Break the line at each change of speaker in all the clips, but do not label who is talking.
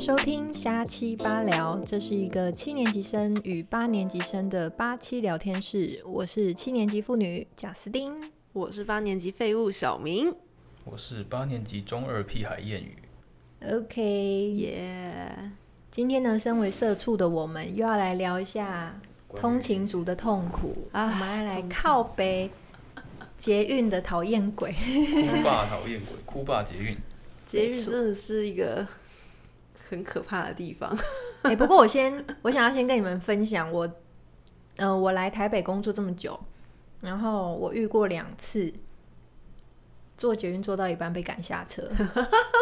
收听虾七八聊，这是一个七年级生与八年级生的八七聊天室。我是七年级妇女贾斯汀。
我是八年级废物小明，
我是八年级中二屁孩谚语，
OK，
耶、
今天呢，身为社畜的我们又要来聊一下
关于
通勤族的痛苦。
啊
我们要来靠背捷运的讨厌鬼。
哭爸讨厌鬼，哭爸捷运，
节日真的是一个很可怕的地 方。
哎、不过我先，我想要先跟你们分享，我，呃，我来台北工作这么久，然后我遇过两次坐捷运坐到一半被赶下车，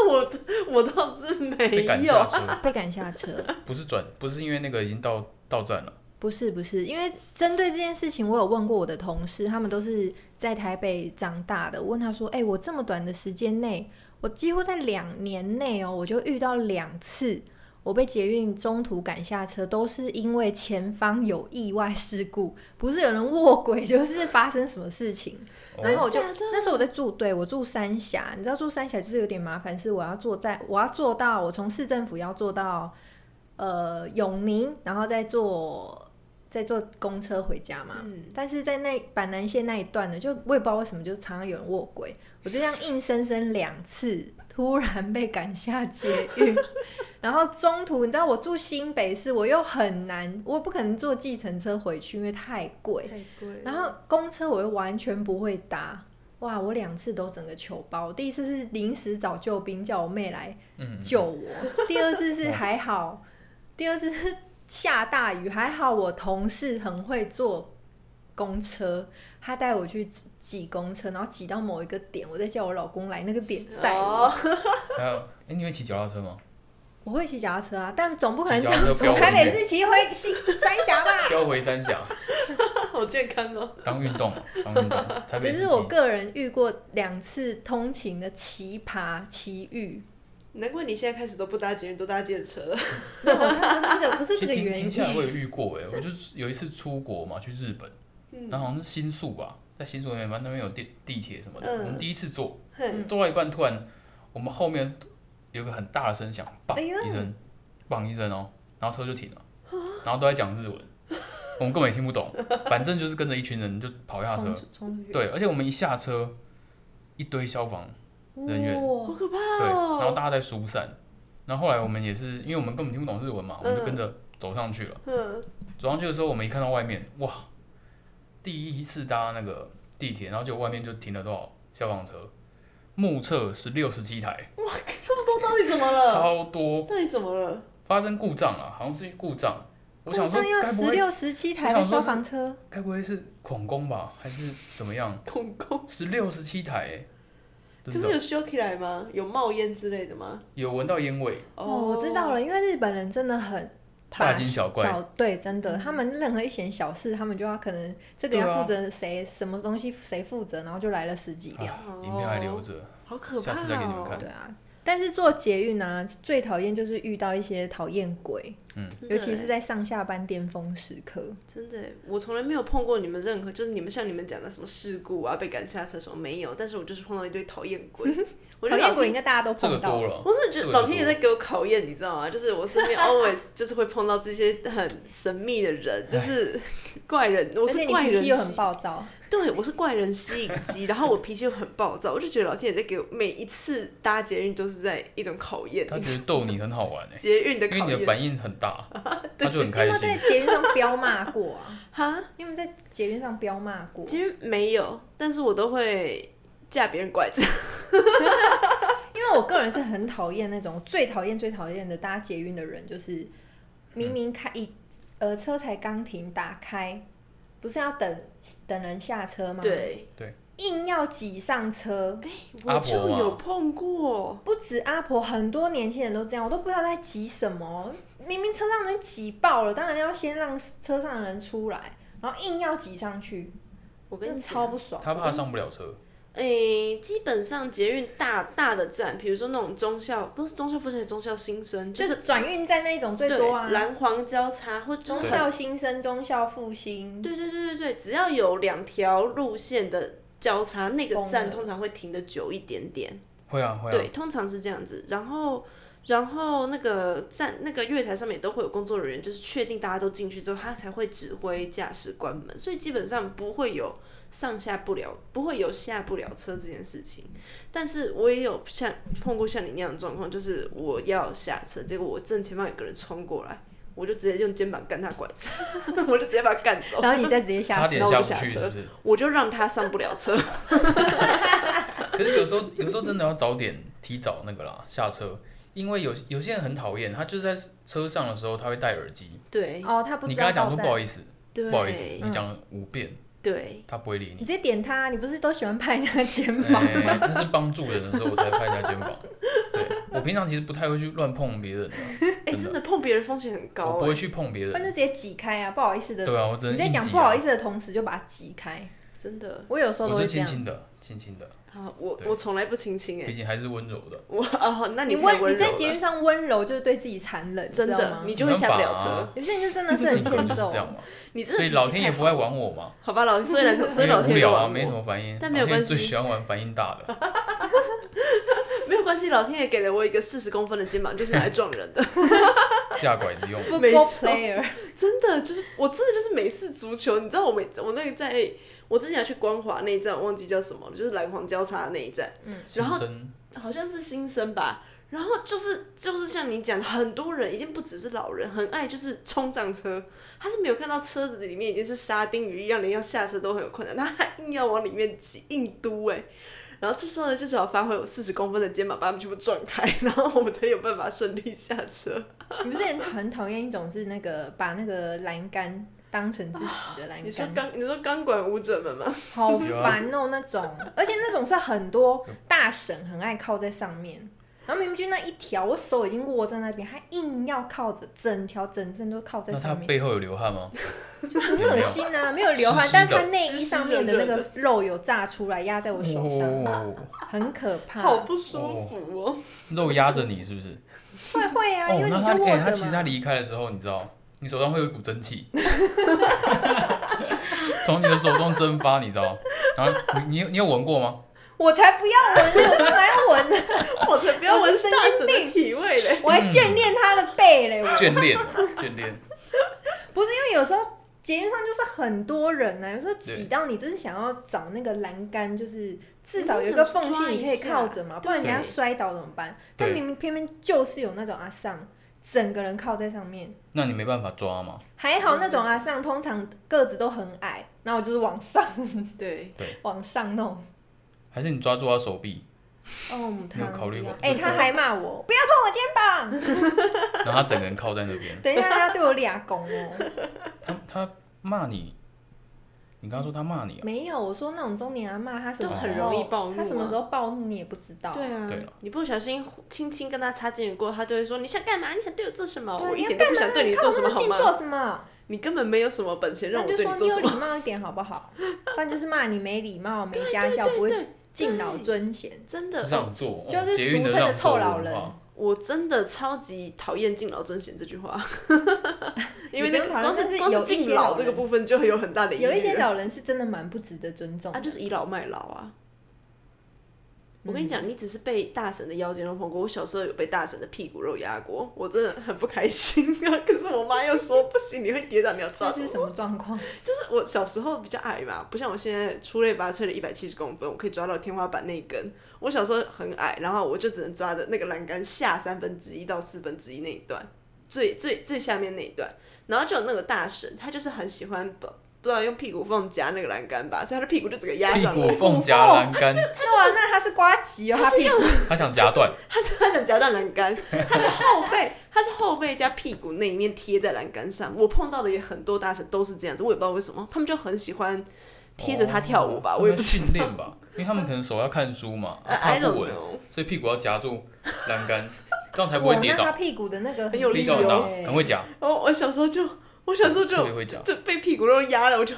我我倒是没
被赶下
有，
车，
被赶下车。
不是转，不是因为那个已经到到站了，
不是不是，因为针对这件事情，我有问过我的同事，他们都是在台北长大的。我问他说：“哎、我这么短的时间内，我几乎在两年内哦，我就遇到两次我被捷运中途赶下车，都是因为前方有意外事故，不是有人卧轨，就是发生什么事情。”
哦
然后我就
真的假的
那时候我在住，对我住三峡，你知道住三峡就是有点麻烦，是我要坐在我要坐到我从市政府要坐到呃永宁，然后再坐再坐公车回家嘛。
嗯
但是在那板南线那一段呢，就我也不知道为什么，就常常有人卧轨，我就这样硬生生两次突然被赶下捷运， 然后中途你知道我住新北市，我又很难，我不可能坐计程车回去，因为太贵。
太贵了
然后公车我又完全不会搭，哇！我两次都整个糗包。第一次是临时找救兵，叫我妹来
嗯，
救我；第二次是还 好，第二次是下大雨，还好我同事很会坐公车，他带我去挤挤公车，然后挤到某一个点，我再叫我老公来那个点载我。
哦
还有，哎、你会骑脚踏车吗？
我会骑脚踏车啊，但总不可能
骑
叫
脚踏车
从
飙
台
回
北市骑回新三峡吧？
不要回三峡，
好健康哦，
当运动嘛，当运动， 台北
只
市
是
骑
我个人遇过两次通勤的奇葩奇遇。
难怪你现在开始都不搭捷运，都搭电车了。
没有它不是这个，不是这
听
个
听
原
听下来
因。
我有遇 过哎、我就是有一次出国嘛，去日本，
嗯
然后好像是新宿吧，在新宿那边，反正那边有地地铁什么的，
嗯
我们第一次坐，
哼，
坐到一半突然我们后面有个很大的声响，砰
哎呦
一声，砰一声哦，然后车就停了，然后都在讲日文，我们根本也听不懂，反正就是跟着一群人就跑下车，
冲
对，而且我们一下车，一堆消防，人员
好
哇，
可怕
对，然后
哦。
大家在疏散，然后后来我们也是因为我们根本听不懂日文嘛，我们就
嗯
跟着走上去了。
嗯，
走上去的时候，我们一看到外面，哇，第一次搭那个地铁，然后就外面就停了多少消防车，目测是六十七台，
这么多到底怎么了？
超多，
到底怎么了？
发生故障了，好像是故障。我想说
这，样要
该不
十
会
六十七台的消防车，
该不会是恐攻吧，还是怎么样？
公公，
十六十七台、欸，
可
真
是
的
有修起来吗？有冒烟之类的吗？
有闻到烟味，
哦，我知道
了。
了，因为日本人真的很
大惊小怪。嗯
对，真的，他们任何一件小事，他们就要可能这个
对啊
要负责谁，什么东西谁负责，然后就来了十几辆，
啊饮料还留着，
哦好可怕、哦！
下次再给你们看
对啊。但是做捷运啊，最讨厌就是遇到一些讨厌鬼，
真的欸
尤其是
耶
在上下班巅峰时刻。
真的耶，我从来没有碰过你们任何，就是你们像你们讲的什么事故啊、被赶下车什么没有，但是我就是碰到一堆讨厌 鬼，我就
讨厌
老
鬼
天
应，该大家都
这个
碰到
多，了。
我真的觉
这
得
个
老
就
天爷
多
在给我考验，你知道吗？就是 我身边 always 就是会碰到这些很神秘的人，就是怪人，我
而
是
且你
怪
脾
人
气又很
吸，
暴躁。
对我是怪人吸引机，然后我脾气又很暴躁，我就觉得老天爷在给我每一次搭捷运都是在一种考验，
他
一种
觉得逗你很好玩哎、
捷运的
因为
考
你的
验。
反应很大，他就很
你有
开
没有
心
在。捷运上彪骂过啊？
哈，
你有没有在捷运上彪骂过？
其实没有，但是我都会架别人拐子。
因为我个人是很讨厌那种最讨厌最讨厌的搭捷运的人，就是明明开一呃车才刚停打开，不是要等等人下车吗？，
对，
硬要挤上车。
阿
我就
伯嘛
有碰过，
不止阿婆，很多年轻人都这样，我都不知道在挤什么。明明车上人挤爆了，当然要先让车上的人出来，然后硬要挤上去，我
我跟你
超
讲，
不爽。
他怕上不了车，
诶、基本上捷运大大的站，比如说那种中校，不是中校附近的中校新生，
就是是转运站那一种最
对
多啊，
蓝黄交叉或就是
中
很
校新生、中校复兴，
对对对对对，只要有两条路线的交叉，那个
疯
站
了
通常会停的久一点点。
会啊会啊，
对，通常是这样子。然后然后那个站那个月台上面都会有工作人员，就是确定大家都进去之后，他才会指挥驾驶关门，所以基本上不会有上下不了，不会有下不了车这件事情。但是我也有像碰过像你那样的状况，就是我要下车，结果我正前方有个人冲过来，我就直接用肩膀干他拐子， 我就直接把他干走，
然后你再直接下
差
车，
次
点
然后
下
我就下
不去是
车
不是？
我就让他上不了车。
可是有时候 有时候真的要早点提早那个啦下车，因为有有些人很讨厌，他就是在车上的时候他会戴耳机，
对
哦，他不
你
知
跟
道
他讲
到
说不
站，
好意思，
对
不好意思，你
嗯
讲了五遍，
对，
他不会理
你
你。
直接点他，你不是都喜欢拍人家肩
哎
膀？
那是帮助人的时候我才拍人家肩膀。对我平常其实不太会去乱碰别人的，
哎、真的碰别人风险很
我
高
不
哎、
会去碰别
不然就
人。
直接挤开啊，不好意思的。
对啊，我只能
你在
硬
讲
挤啊
不好意思的同时，就把它挤开。
真的
我有时候都
我
会
就
这
轻
样。
轻的，轻轻的，
啊，我
对
我从来不亲亲哎、
毕竟还是温柔的。
我啊，那
你
太
温
温
你
柔
在节
了，
目上温柔，就是对自己残忍，
真
知道
的
吗，
你就会下不了
没办法
车
啊。
有些人就真的是
性
很
格
欠
就是
揍
这。样嘛，
你真的
所以
脾
老
气
天爷
太
不爱
好了，
玩我嘛，
好 吧，老所以老所以
因为
老
无
天爷
聊啊，
玩我
没什么反应。
但没有
老天爷
关系
最喜欢玩反应 大的，
没有关系，老天爷给了我一个四十公分的肩膀，就是拿来撞人的，
架拐子用。
没
Football
错
player，
真的就是我真的就是美式足球，你知道我每我那个在我之前还去光华那一站，我忘记叫什么了，就是蓝黄交叉那一站，然后
新生
好像是新生吧。然后就是就是像你讲，很多人已经不只是老人，很爱就是冲撞车，他是没有看到车子里面已经是沙丁鱼一样，连要下车都很有困难，他还硬要往里面挤，硬嘟哎、然后这时候呢，就只好发挥我四十公分的肩膀，把他们全部撞开， 然后我们才有办法顺利下车。
你不是很很讨厌一种是那个把那个栏杆当成自己的栏
你说
杆，
钢，你说钢管舞者们吗？
好烦哦那种，而且那种是很多大婶很爱靠在上面。然后明明就那一条，我手已经握在那边，他硬要靠着，整条整身都靠在
那他
上面，
背后有流汗吗？
就很恶心啊！没有流汗，
湿湿的
但是他内衣上面的那个肉有炸出来，压在我手上，
哦，
很可怕。
好不舒服哦。
肉压着你是不是？
会会啊，
哦
因为，
那
你
他
就
哎，
握
他
着
其实他
嘛。
离开的时候，你知道，你手上会有一股蒸汽， 从你的手中蒸发，你知道？然后你你有你有闻过吗？
我才不要闻呢，我干嘛要闻呢？
我才不要
哦我是
闻
神
大
经
神的
病
体味嘞。
我还
嗯
眷恋他的背嘞，我
眷恋，眷恋。
不是因为有时候捷运上就是很多人啊呢、有时候挤到你，就是想要找那个栏杆，就是至少有一个缝隙你可以靠着嘛，
对
不然人家摔倒怎么办？
对
但明明偏偏就是有那种阿尚，整个人靠在上面。
那你没办法抓嘛？
还好那种阿尚通常个子都很矮，然后我就是往上
对，
往上弄。
还是你抓住他手臂，
哦，他
你有考虑过
哎、他还骂 我，不要碰我肩膀。
然后他整个人靠在那边？
等一下他要对我俩拱哦。
他他骂你，你刚刚说他骂你啊？
没有，我说那种中年阿嬷，她什么
都
时
很
候
容易暴怒啊
她什么时候暴怒你也不知道。
对啊
对了，
你不小心轻轻跟他擦肩而过，他就会说你想干嘛？你想对我做什么？
对啊
哦我一
你要
点都不想对你
靠
做
那
什
么
么好
近
吗？
做什么？
你根本没有什么本钱让
那
我
就
对
说
做
你有
什
礼
么。
貌一点好不好？不然就是骂你没礼貌、没家教，不会
对，
敬老尊贤。
真的，呃
让座，哦
就是
捷运
俗
的
称的
让
臭
座
老
文
人
化
我真的超级讨厌敬老尊贤这句 话，因
你
为那
不用
个
讨
光
论但
是
是
光
有
是
一些
敬
老
老
人
这个部分就有很大的疑虑
有一些
了
老人是真的蛮不值得尊重的
啊，就是倚老卖老啊。我跟你讲，你只是被大神的腰间肉碰过。我小时候有被大神的屁股肉压过，我真的很不开心啊。 可是我妈又说不行，你会跌倒，你要抓
这
住
是。什么状况？
就是我小时候比较矮嘛，不像我现在出类拔萃的一百七十公分，我可以抓到天花板那一根。我小时候很矮，然后我就只能抓的那个栏杆下三分之一到四分之一那一段，最最最下面那一段。然后就有那个大神，他就是很喜欢不不知道用屁股缝夹那个栏杆吧，所以他的屁股就整个压
屁
上来。
股缝夹栏杆，
那那他是瓜吉哦，他屁股
他想 夹断，
他是他想夹到栏杆，他是后背，他是后背加屁股那一面贴在栏杆上。我碰到的也很多大神都是这样子，我也不知道为什么，他们就很喜欢贴着他跳舞吧，
哦
我也不知
训练吧，因为他们可能手要看 书嘛，啊
道。I
怕
don't
不稳，
know，
所以屁股要夹住栏杆，这样才不
哇
会，跌
哦那他
倒。
屁股的那个
很有
厉
力哦
力
害欸
道很大，
耶
很会夹，
然后我小时候就，我小时候
特别
就
会夹。
就被屁股肉压了，我就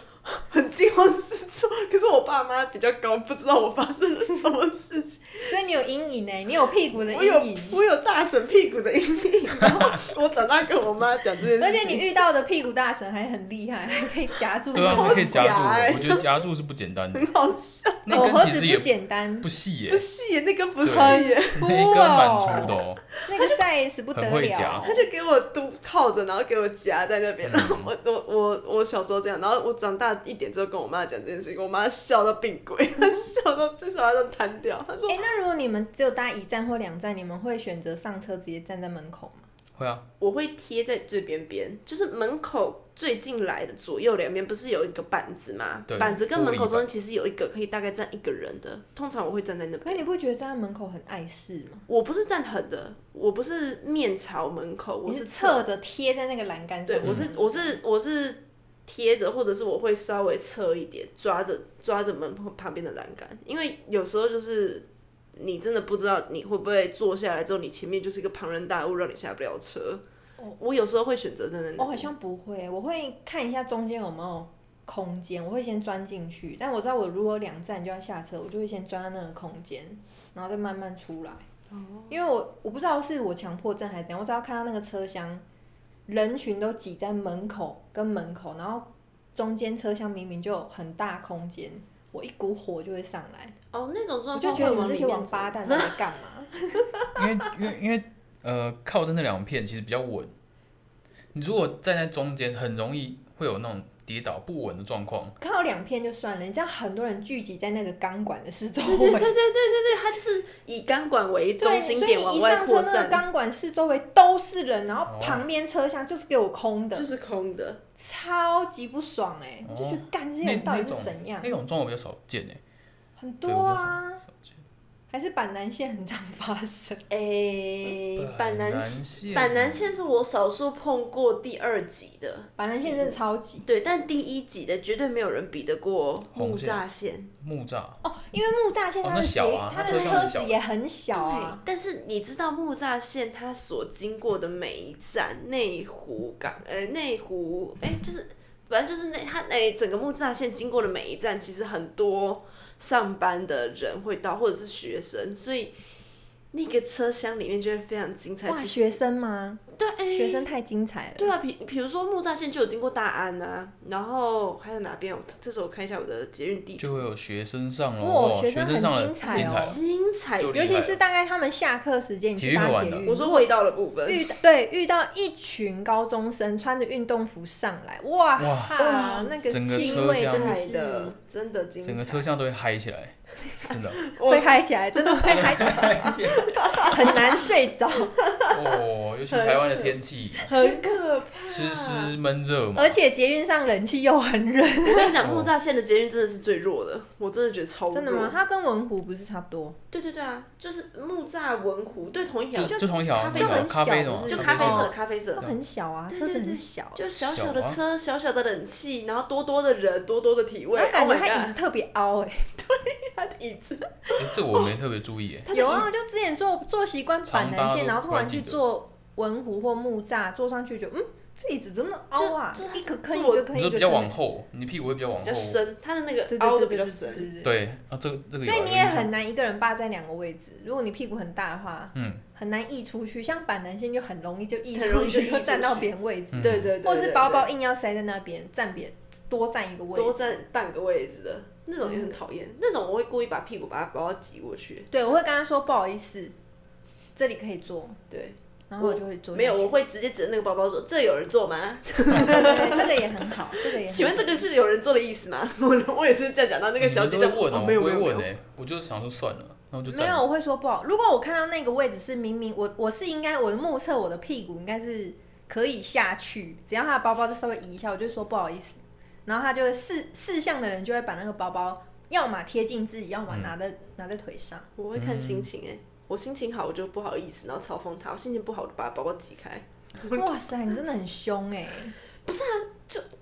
很惊慌失措。可是我爸妈比较高，不知道我发生了什么事情。
所以你有阴影哎、你有屁股的
我有
阴影，
我有大婶屁股的阴影，然后我长大跟我妈讲这件事情，
而且你遇到的屁股大神还很厉害，还可以夹住
对啊，
头
还可以夹
夹欸
住的，我觉得夹住是不 简单的，
很好笑，
那
狗盒子
根其实
哦不
也
简单，
不细耶
不，细耶，那根不细
对
耶，
那根蛮粗的哦。
那个 size 不得
很会
了
夹，
他就给我都套着，然后给我夹在那
嗯
边，然后我我我我小时候这样，然后我长大一点之后跟我妈讲这件事情，我妈笑到病鬼，她笑到至少要让瘫掉，她说
哎、那如果你们只有搭一站或两站，你们会选择上车直接站在门口吗？
会啊，
我会贴在最边边，就是门口最近来的左右两边不是有一个板子吗
对？
板子跟门口中
玻璃
间其实有一个可以大概站一个人的，通常我会站在那
可是
边。
你不觉得站在门口很碍事吗？
我不是站横的，我不是面朝门口，呃我
你是
侧
侧着贴在那个栏杆上
对，
面，
我
嗯
是我是我是贴着，或者是我会稍微侧一点，抓着抓着门旁边的栏杆，因为有时候就是你真的不知道你会不会坐下来之后，你前面就是一个庞然大物，让你下不了车。我有时候会选择站在那
我好像不会，我会看一下中间有没有空间，我会先钻进去。但我知道我如果两站就要下车，我就会先钻在那个空间，然后再慢慢出来。
哦
因为我我不知道是我强迫症还是怎样，我只要看到那个车厢人群都挤在门口跟门口，然后中间车厢明明就有很大空间，我一股火就会上来，
哦，那种
我
状
就
况
觉得你
会
们
往
这
里
些王
面走。
八 蛋在干嘛？
因为因为因为呃，靠在那两片其实比较稳。你如果站在中间，很容易会有那种跌倒不稳的状况。
看到两片就算了，你知道很多人聚集在那个钢管的四周
对对
围
对。对对对，它就是以钢管为中
对，
心
所以
点
你
往
一
外
上车，
扩
那个
散，
钢管室周围都是人，然
哦
后旁边车厢就是给我空的，
就是空的。
超级不爽哎、
哦
就去干这些
那
人到
那
底是
种
怎样
那？种状况比较少见欸诶，
很
对
多啊，
比较少见
还是板南线很常发生。
诶、板南
线
板南线是我少数碰过第二级的，
板南线真的超级
对，但第一集的绝对没有人比得过木
红线
栅线。
木栅，
哦，因为木栅线
哦
它
那
的捷、
小啊
它
那
的
车厢
车
很小
子也很小
对
啊，，
但是你知道木栅线它所经过的每一站，内湖港，呃，内湖，哎、就是反正就是那它哎、整个木栅线经过的每一站，其实很多上班的人会到，或者是学生，所以那个车厢里面就会非常精彩。
哇，
其实
学生吗？
对，哎、
学生太精彩了。
对啊，比比如说木栅线就有经过大安啊，然后还有哪边？我这时候我看一下我的捷运地图，
就会有学生上了，
哇
哇
学
学
生
生
很
上了
精彩
精
哦
彩了，
精彩
就厉
尤
害
其
了
是大概他们下课时间，你
体
去
育
搭
会
捷
玩的
运，
我说味道的部分，
遇到对遇到一群高中生穿着运动服上来，哇
哇
哦
哈，那个
整个
气
车
味
厢
真的
真
是
的真的精彩，
整个车厢都会嗨起 来，真的。
会
我
嗨起来，真的会嗨起来，很难睡着，
哦，尤其台湾的天气
很可怕。
湿湿闷热嘛
而，且捷运上冷气又很冷，
我跟你讲，木栅线的捷运真的是最弱的，我真的觉得超弱。
真的吗？？它跟文湖不是差不多？
对对对啊，就是木栅文湖，对，同一条，
就
就
就同一条
咖啡
那
色
种咖啡那种，
就
就
咖啡
色
色，
色，
咖啡
都
色。
很小啊，
对
车子
对
很
对
小，
就小小的
小啊
车，小小的冷气，然后多多的人，多多的体味。
然后感
Oh
觉
my
它椅
god，
子特别凹哎，
它的椅子，
诶这我没特别注意，诶，
它的椅
有啊，我就之前坐坐习惯板南线，
常搭都
然后突然去
不太记得
坐文湖或木栅，坐上去就嗯，这椅子怎么凹啊
就？就
一个坑一
坐
个坑
你
一
说
个坑
比较往后，你屁股会比较往
比
后
较，深，它的那
对对对
个凹的
对
比较
对对
深。
对对
哦对啊，这个这个有
所
啊，
以你也
有印象
很难一个人霸占两个位置。如果你屁股很大的话，
嗯，
很难溢出去。像板南线就很容易就溢
很容
出
易就溢
去，
出
又
去
占到别人位置，
嗯
对对对，
或者是
对
包
对
包硬要塞在那边，占别多占一个位
多
置。
占半个位置的那种也很讨厌，那种我会故意把屁股把它包挤过去。
对，我会跟他说不好意思，这里可以坐，
对，
然后我就会坐下去。
没有，我会直接指着那个包包说：“这有人坐吗？
对对对，这个也很好，这个也很好
请问这个是有人坐的意思吗？” 我我也是这样讲到那个小姐
你
就
们都会问
哦
哦，
没有
我
没
会
有没
问
有，
诶，我就想说算了，那我就
没
站
有，我会说不好。如果我看到那个位置是明明我我是应该我的目测我的屁股应该是可以下去，只要他的包包就稍微移一下，我就说不好意思。然后他就会视视向的人就会把那个包包要么贴近自己，要么
嗯
拿在、拿在腿上。
我会看心情哎、我心情好，我就不好意思，然后嘲讽他；我心情不好，我就把包包挤开。
哇塞，你真的很凶哎、
对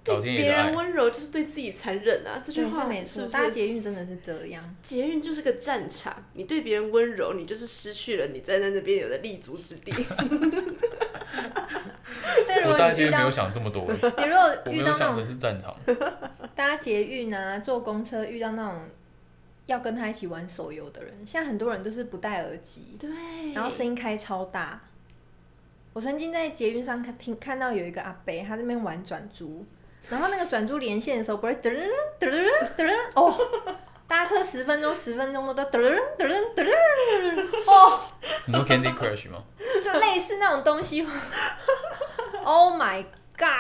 老天爷
别
的爱
人温柔就是对自己残忍啊！ 这句
对，是
话
没
是
错，
不
搭
是？
捷运真的是这样。
捷运就是个战场，你对别人温柔， 你就是失去了你站在那边有的立足之地。
但如
我
果
大家
你
今
遇
天没
到
有想这么多，
你如果
我
遇
没有
到那
想
种
的是战场。
搭捷运啊、坐公车遇到那种要跟他一起玩手游的人，现在很多人都是不戴耳机，
对，
然后声音开超大。我曾经在捷运上看听看到有一个阿伯，他在那边玩转珠，然后那个转珠连线的时候，不是噔噔噔噔噔哦，搭车十分钟十分钟都在噔噔噔噔噔哦，
你说 Candy Crush 吗？
就类似那种东西。Oh my god！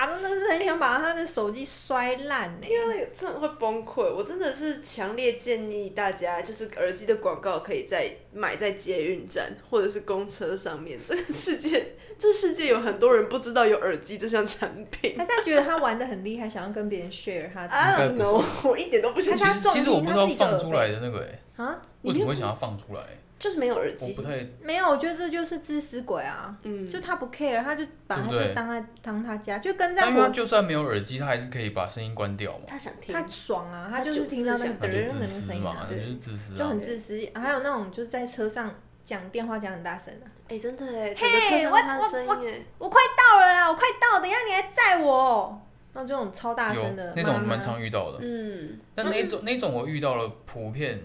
真的是很想把他的手机摔烂呢、
天啊，真的会崩溃！我真的是强烈建议大家，就是耳机的广告可以在买在捷运站或者是公车上面。这个世界，这世界有很多人不知道有耳机这项产 品。
还是他觉得他玩的很厉害，想要跟别人 share 他的
I
应
don't
该
know，我啊一点都不相
其
信
他。是
其实我不知道放出来的那个、欸，
啊？
为什么会想要放出来？
就是没有耳
我
机
不，太
没有，我觉得这就是自私鬼啊！
嗯，
就他不 care，他就把他
对不对
这当他当他家，就跟在
但因为他
我
就算没有耳机，他还是可以把声音关掉嘛，
他想听
他，爽啊，他
他
就是
就
听到那个
思
噔噔
那就
的那
自
个
私
声音
嘛
啊，，
那
对
就是自私
就
啊
很。自私。还有那种就是在车上讲电话讲很大声的，
哎，真的哎，整个车厢
我
都他的声音哎，
我快到了啦，我快到了，等一下你还载我。那这种超大
有
声的
那
妈
种
妈
蛮常遇到的，
嗯，
但那种那种我遇到了普遍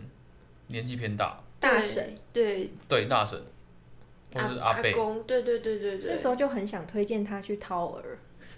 年纪偏大，
大神，
对，
对大婶或
阿
是阿伯，
公，对对对对对，
这时候就很想推荐他去掏耳。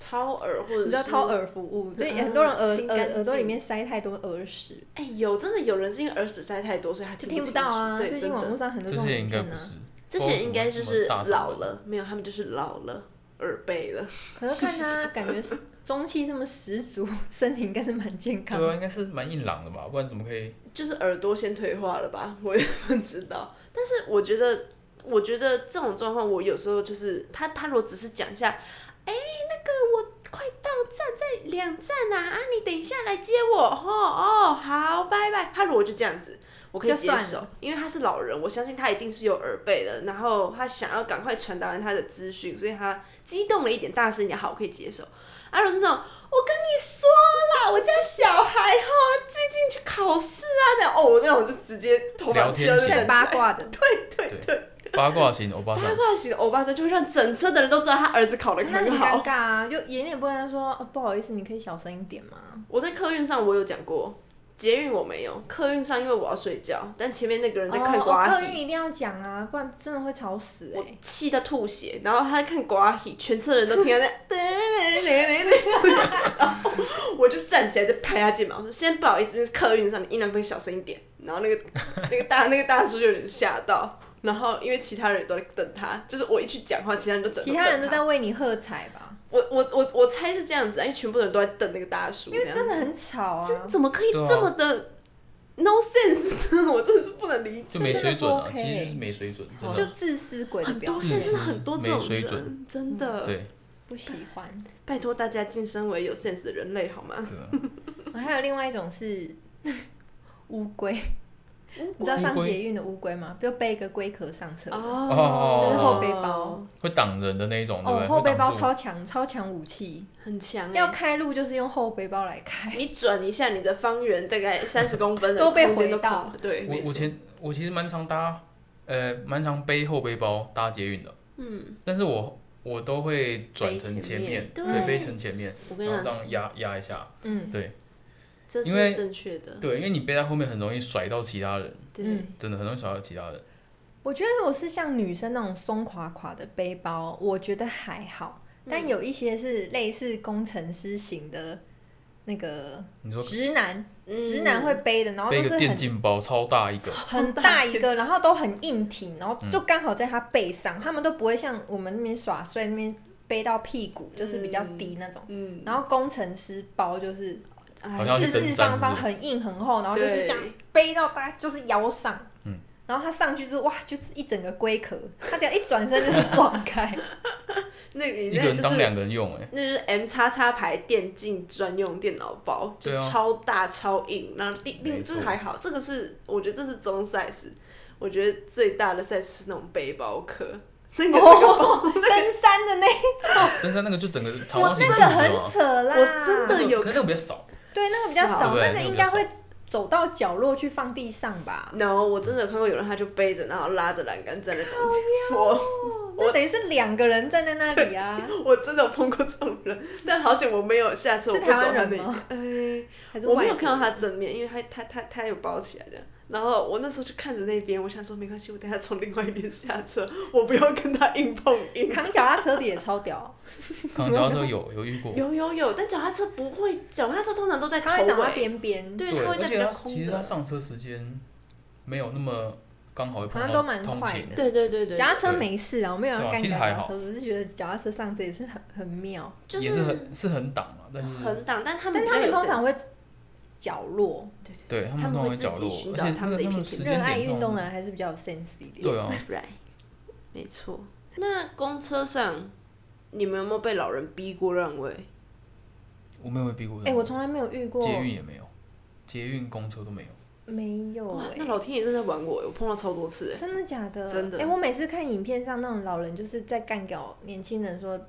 掏耳或者
你知道
是
掏耳服务，对，
嗯
很多人耳
清
耳
干净
耳朵里面塞太多耳屎，
哎、有真的有人是因为耳屎塞太多，所以他
就
听
听不
清
到
楚
啊。
对，
最近
真
网络
的，
上很多
这
种
些
影
应该
片
不
啊。
是，
这些人应该就是老
不知道为什么这么大声
了，没有，他们就是老了，耳背了。
可是看他感觉是中气这么十足， 身体应该是蛮健康
对啊，
的。
应该是蛮硬朗的吧，不然怎么可以？
就是耳朵先退化了吧， 我也不知道。但是我觉得，我觉得这种状况，我有时候就是他，他如果只是讲一下，哎、那个我快到站，在两站啊，啊，你等一下来接我，哦哦，好，拜拜。他如果就这样子，我可以
就
接
算
受，因为他是老人，我相信他一定是有耳背的，然后他想要赶快传达完他的资讯，所以他激动了一点，大声一点，好，我可以接受。啊，如果是那种，我跟你说啦，我家小孩哈，最近去考试啊，那哦，那我就直接头发
聊
气到
天
就
型
在
冷
八
起来
卦的，
对
对
对对，
八卦型欧巴
八
桑，
卦型的欧巴桑就会让整车的人都知道他儿子考得
那很
很
尴
好。
尬啊！就演也不能说、哦不好意思，你可以小声一点吗？
我在客运上我有讲过，捷运我没有，客运上因为我要睡觉，但前面那个人在看
哦
瓜
哦客
皮
运一定要讲啊，不然真的会吵死哎、
我气到吐血，然后他在看瓜皮，全车的人都听他在 噔噔噔噔噔噔，然 后我就站起来在拍他肩膀，我说先不好意思，这是客运上，你音量可以小声一点。然后那个 那个大那个大叔就有点吓到，然后因为其他人都在等他，就是我一去讲话，其他人都转头
其他人都
瞪他
在为你喝彩吧，
我我我我猜是这样子啊，因为全部人都在瞪那个大叔，
因为
这样
真的很吵啊，
真怎么可以
对啊
这么的 no sense 呢？我真的是不能理
就
解。
没水准啊，
这
其
真的不 OK
实就是没水准，真
就啊
的
自私鬼的
很
表
多
现
现，在是很多这种
没水准
人，真的。
对。
不喜欢。
拜托大家晋升为有 sense 的人类好吗？
对啊
还有另外一种是乌龟，你知道上捷运的乌龟吗？就背一个龟壳上车。
哦就是后
背包，
会挡人的那一种，对不
哦，嗯
对？
后背包
会挡住
超强，超强武器。
很强
要
哎。
开路就是用后背包来开。
你转一下你的方圆大概三十公分的
哎都被
空间
回到
空了对，哎没
我
错
我前我其实蛮常搭，呃，蛮常背后背包搭捷运的，嗯，但是我我都会转成前面，
背前面
对，
对
背成前面，
我跟
然
你
后这
讲，
样压压一下，
嗯，
这
因为
是正确的。
对，因为你背在后面很容易甩到其他人，
对
嗯，
真的很容易甩到其他人，
我觉得如果是像女生那种松垮垮的背包，我觉得还好。
嗯
但有一些是类似工程师型的那个
你说
直男，
嗯
直男会背的，然后
背
都
一
是
个电
很
竞包超大一个，
很大一个，然后都很硬挺，然后
嗯
就刚好在他背上，他们都不会像我们那边耍帅那边背到屁股，就是比较低那种。
嗯，
然后工程师包就是
好
哎
像
四
是登
四
山
方方
是
很硬很厚，然后就是这样
对
背到大概就是腰上。
嗯
然后他上去之后，哇，就是一整个龟壳，他只要一转身就是撞 开，
那个
一
你
个
那个
人
就
当
是
两个人用，哎，
那就是 M 叉叉牌电竞专用电脑包，就
对啊
超大超硬。然后另
没
另
错
这还好，这个是我觉得这是中 size，我觉得最大的 size 是那种背包客， 那个 这个包
哦，登山的那
登山那个就整个长
我
方形
那
柱
个
子嘛
很扯啦，
我真的有
可是那个比较少，
对那个比较
少
少，
对
那个
那个
应
比
该
较
会走到角落去放地上吧？
no，我真的有看过有人他就背着，然后拉着栏杆站在中间。我
哦那等于是两个人站在那里啊，
我真的有碰过这种人，但好险我没有。下次我
是
不
台湾
走他
人
那一
吗？
哎，
还是
我
外
没有
国
看到
人
他正面，因为他他他他有包起来的。然后我那时候就看着那边，我想说没关系，我等下从另外一边下车，我不要跟他硬碰硬。
扛脚踏车的也超屌，
看脚踏车有有遇过，
有有有，但脚踏车不会，脚踏车通常都 在头
他会长到
尾。
边边，
对，
对，
它会
而
在比
且
较
它
空
其实它
的。
上车时间没有那么刚好会碰
好像
到
都蛮
通
快
勤
的，
对对对对，
脚踏车没事啊，我没有要
对啊
干
其实
脚
还
踏
好
车，只是觉得脚踏车上车也是很很妙，
就
也是很是很挡啊，但是
很挡，但他们
但他
比
们
较有
通常
sense
会角落，
对他
他们
们通常
会
会
自
角
己
落，
寻
而
找
且
他
那
们的
个他
一
们
片
时
热
间
爱
点
运动
通
的人
常
还是比较有 sense 一点。
对啊
Yes, right. 没错。那公车上，你们有没有被老人逼过让位？
我没有被逼过
哎、
这种，
我从来没有遇过，
捷运也没有，捷运公车都没有。
没有
哇
哎、，
那老天爷正在玩我，我碰到超多次哎。
真的假的？
真的
哎、我每次看影片上那种老人就是在干掉年轻人说。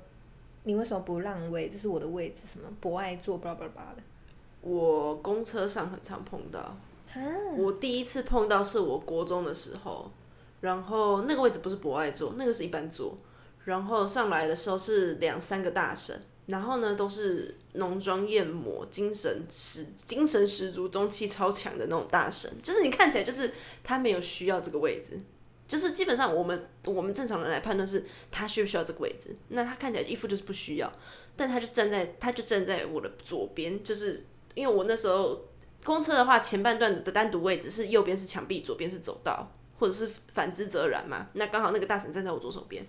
你为什么不让位？这是我的位置，什么不爱坐，巴拉巴拉巴拉的。
我公车上很常碰到，
哈，
我第一次碰到是我国中的时候，然后那个位置不是博爱座，那个是一般座，然后上来的时候是两三个大神。然后呢，都是浓妆艳抹、精神十精神十足、中气超强的那种大神，就是你看起来就是他没有需要这个位置，就是基本上我们我们正常人来判断是他需不需要这个位置，那他看起来一副就是不需要，但他就站在他就站在我的左边，就是因为我那时候公车的话，前半段的单独位置是右边是墙壁，左边是走道，或者是反之则然嘛。那刚好那个大婶站在我左手边，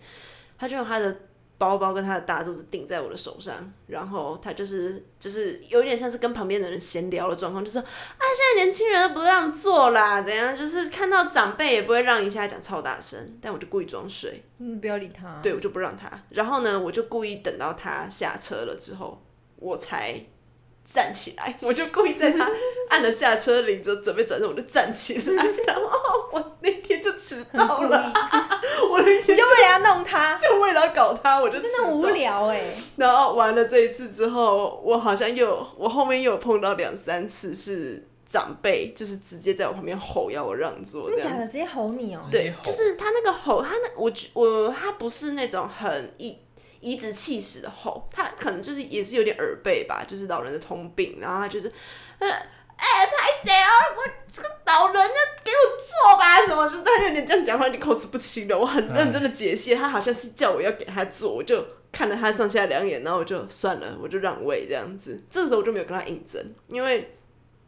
他就用他的包包跟他的大肚子顶在我的手上，然后他就是就是有点像是跟旁边的人闲聊的状况，就说啊，现在年轻人都不让座啦，怎样？就是看到长辈也不会让一下，讲超大声，但我就故意装睡。
你嗯不要理他。
对我就不让他。然后呢，我就故意等到他下车了之后，我才站起来。我就故意在他按了下车铃之后，准备转身，我就站起来。然后我那天就迟
很
到
故
了，
意，
我那 天
你就为了要弄他，
就为了搞他， 我就
真的
迟
无
到。
聊哎、
然后完了这一次之后，我好像又我后面又有碰到两三次是长辈，就是直接在我旁边吼要我让座，
真的
这样
假的？直接吼你哦、
直接
对，
吼
就是他那个吼，他那我觉我他不是那种很颐颐指气使的吼，他可能就是也是有点耳背吧，就是老人的通病，然后他就是，呃，哎、拍谁啊？我这个老人呢，给我坐吧，什么，就是他有点这样讲话，你口齿不清的。我很认真的解析，他好像是叫我要给他坐，我就看了他上下两眼，然后我就算了，我就让位这样子。这个时候我就没有跟他硬争，因为。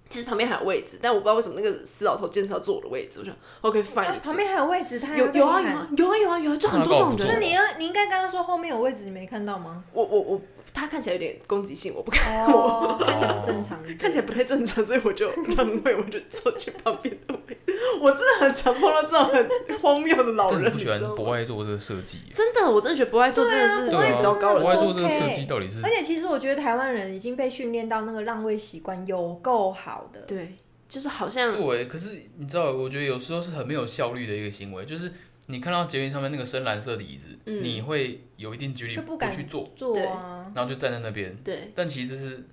其实旁边还有位置，但我不知道为什么那个死老头坚持要坐我的位置。我想，OK fine，、
啊，旁边还有位置，他还
有
会被
有啊
你
有
喊
啊有啊有啊有啊，就很多这种
那
人。
那你要你应该刚刚说后面有位置，你没看到吗？
我我我，他看起来有点攻击性，我不看，
哦，看起来很正常一点，
看起来不太正常，所以我就让位，我就坐去旁边的位置。我真的很常碰到这种很荒谬的老
真的
人，
不
你
喜
知
欢
道
博
吗？
爱做这个设计耶，
真的，我真的觉得不爱做真的是
对啊
对
太
啊，
糟糕
真
博
的
爱
是
了。哎
做这个
OK
设计到底是
而且其实我觉得台湾人已经被训练到那个让位习惯有够好的，
对，就是好像
对，可是你知道，我觉得有时候是很没有效率的一个行为，就是你看到捷运上面那个深蓝色的椅子，
嗯
你会有一定距离
就不敢
去坐，
做啊，
然后就站在那边，
对，
但其实是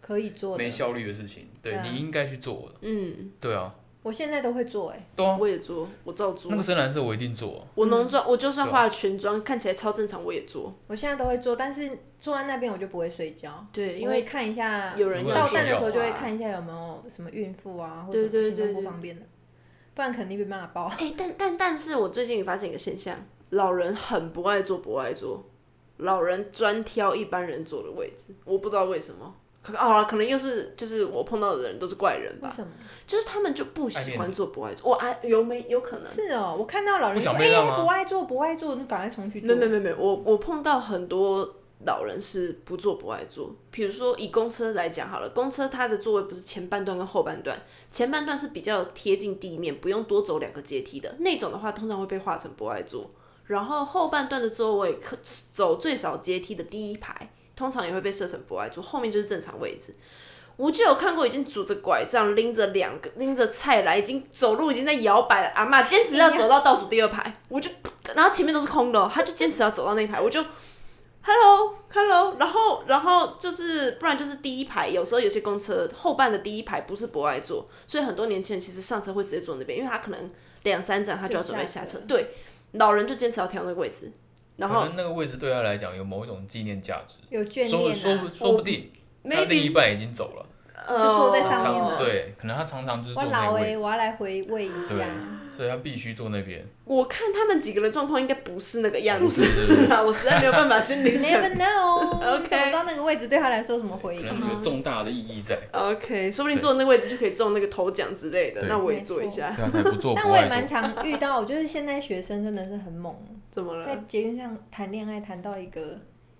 可以做的
没。效率的事情，对
对啊
你应该去做的，
嗯，
对啊，
我现在都会做哎、
对啊，
我也做，我照做
那。个深嗯啊蓝色我一定做，
我浓妆，我就算化了全妆，看起来超正常，我也做。
我现在都会做，但是坐在那边我就不会睡觉，
对，因
因为
为
看一下
有人
不会
到
睡
站的
觉
时候就会
啊
看一下有没有什么孕妇啊，或
对
者
对
行动
对
不
对
方便的，不然肯定被骂爆。
哎、但但但是我最近发现一个现象，老人很不爱坐，不爱坐，老人专挑一般人坐的位置，我不知道为什么。可啊，可能又是就是我碰到的人都是怪人
为
吧，
什么？
就是他们就不喜欢坐不爱坐，我啊有没有可能？
是哦，我看到老人
不
说
想
哎、
被让
他
啊
不爱做不爱做，就赶快重去
没
做。
没没没，我我碰到很多老人是不坐不爱坐，比如说以公车来讲好了，公车它的座位不是前半段跟后半段，前半段是比较贴近地面，不用多走两个阶梯的那种的话，通常会被划成不爱坐。然后后半段的座位可走最少阶梯的第一排，通常也会被设成不爱坐，后面就是正常位置。我就有看过已经拄着拐杖、拎着两个拎着菜篮、已经走路已经在摇摆的阿嬷，坚持要走到倒数第二排，我就然后前面都是空的哦，他就坚持要走到那一排，我就他 Hello Hello，然后然后就是不然就是第一排，有时候有些公车后半的第一排不是博爱座，所以很多年轻人其实上车会直接坐那边，因为他可能两三站他就要准备下车
就下，
对，老人就坚持要挑那个位置，然
可
后
能那个位置对他来讲有某一种纪念价值，
有眷
说说
恋
不
啊，
说不定他另
maybe
一半已经走了，
呃
就坐在上面
常
嘛
对，可能他常哦常就是
哎我
坐那
老
个
哎，
位置，
我要来回味一
对
下。，
所以他必须坐那边。
我看他们几个人状况应该不是那个样
不是
子 啦，我实在没有办法心 里想
Never know，
OK
你怎么知道那个位置对他来说有什么回
可
忆？
能有个重大的意义 在，
OK，说不定坐那个位置就可以中那个头奖之类的。
对
那我也做一下，
他才不做
啊但
不
我也
爱
蛮
做。
常遇到，就是现在学生真的是很 猛，
怎
啊
么
在
了？
捷运上谈恋爱谈到一个，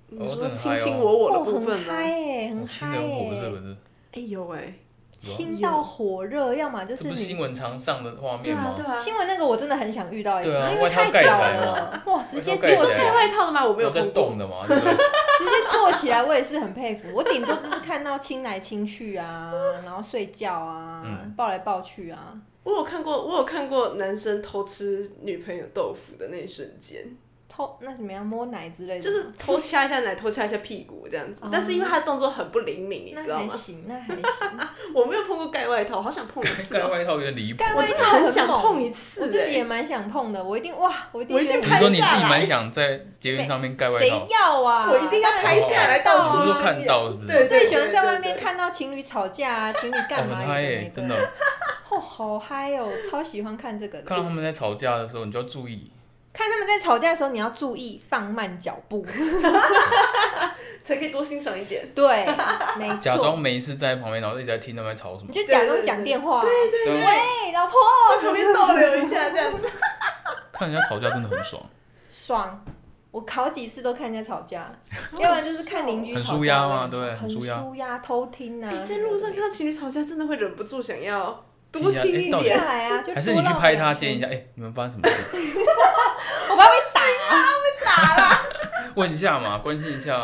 你
哦真的
说
嗨
卿卿
哦
我我的
哦，
部分
很
吗？
嗨哎，很
我亲
嗨
人哦火不是啊
哎
不，是，
哎呦喂，
亲到火热，要么就
这
是
不是新
你。
闻常上的画面吗？
啊
新闻那个我真的很想遇到一次，
对啊
因为
外套
太
盖起
屌
来
了，哇，直接
外套
坐
盖起
你
起
说拆
来
来，
外套的吗？我没有
在
碰过。
动的嘛，对 不对？
直接坐起来，我也是很佩服。我顶多就是看到亲来亲去啊，然后睡觉啊，
嗯
抱来抱去啊，
我有看过，我有看过男生偷吃女朋友豆腐的那一瞬间，
偷那怎么样摸奶之类的，
就是偷掐一下奶，偷掐一下屁股这样子
嗯哦。
但是因为他的动作很不灵敏，你
那
知道
还
吗？
行，那还行。
我没有碰过盖外套，好想碰一次
盖
哦。
外套有点离谱。
盖
我
外
真
套
的很
很
想
猛
碰一次
我自己
欸。
也蛮想碰的，我一定哇，我一定
我一定
觉得
你
拍
说你自
下
己
来
蛮想在捷运上面盖外
谁
套，
要啊？
我一定要拍下来到
只
处
是
去
说看到是不是？
对
我最喜欢在外
对对
面
对
看到情侣吵架啊，情侣
哦
干嘛
很
有
嗨
的
耶、
没
真
的，
的。
哦，好嗨哦，超喜欢看这个
看
的。
到他们在吵架的时候，你就要注意，
看他们在吵架的时候，你要注意放慢脚 步。
才可以多欣赏一点。
对，没
假装
错，
没事在旁边，然后一直在听他们在吵什么
你。就假装讲电话。对
对啊，
喂，老婆，
在旁边逗留一下这样子。
看人家吵架真的很 爽，
爽！我好几次都看人家吵架， 要不然就是看邻居
哦很
吵
舒
架
压嘛
我也很爽，
对
很
很舒压
舒压，偷听啊
哎、。在
什么
路
的
上看到情侣吵架，真的会忍不住想要多
听一下
听一
哎到底
下
点。
来啊，就
还是你
多
去
绕
拍
两
他，
圈
见一下，哎、你们发生什么 事？ 啊
我怕被打。
问一下嘛，关心一下。
哎、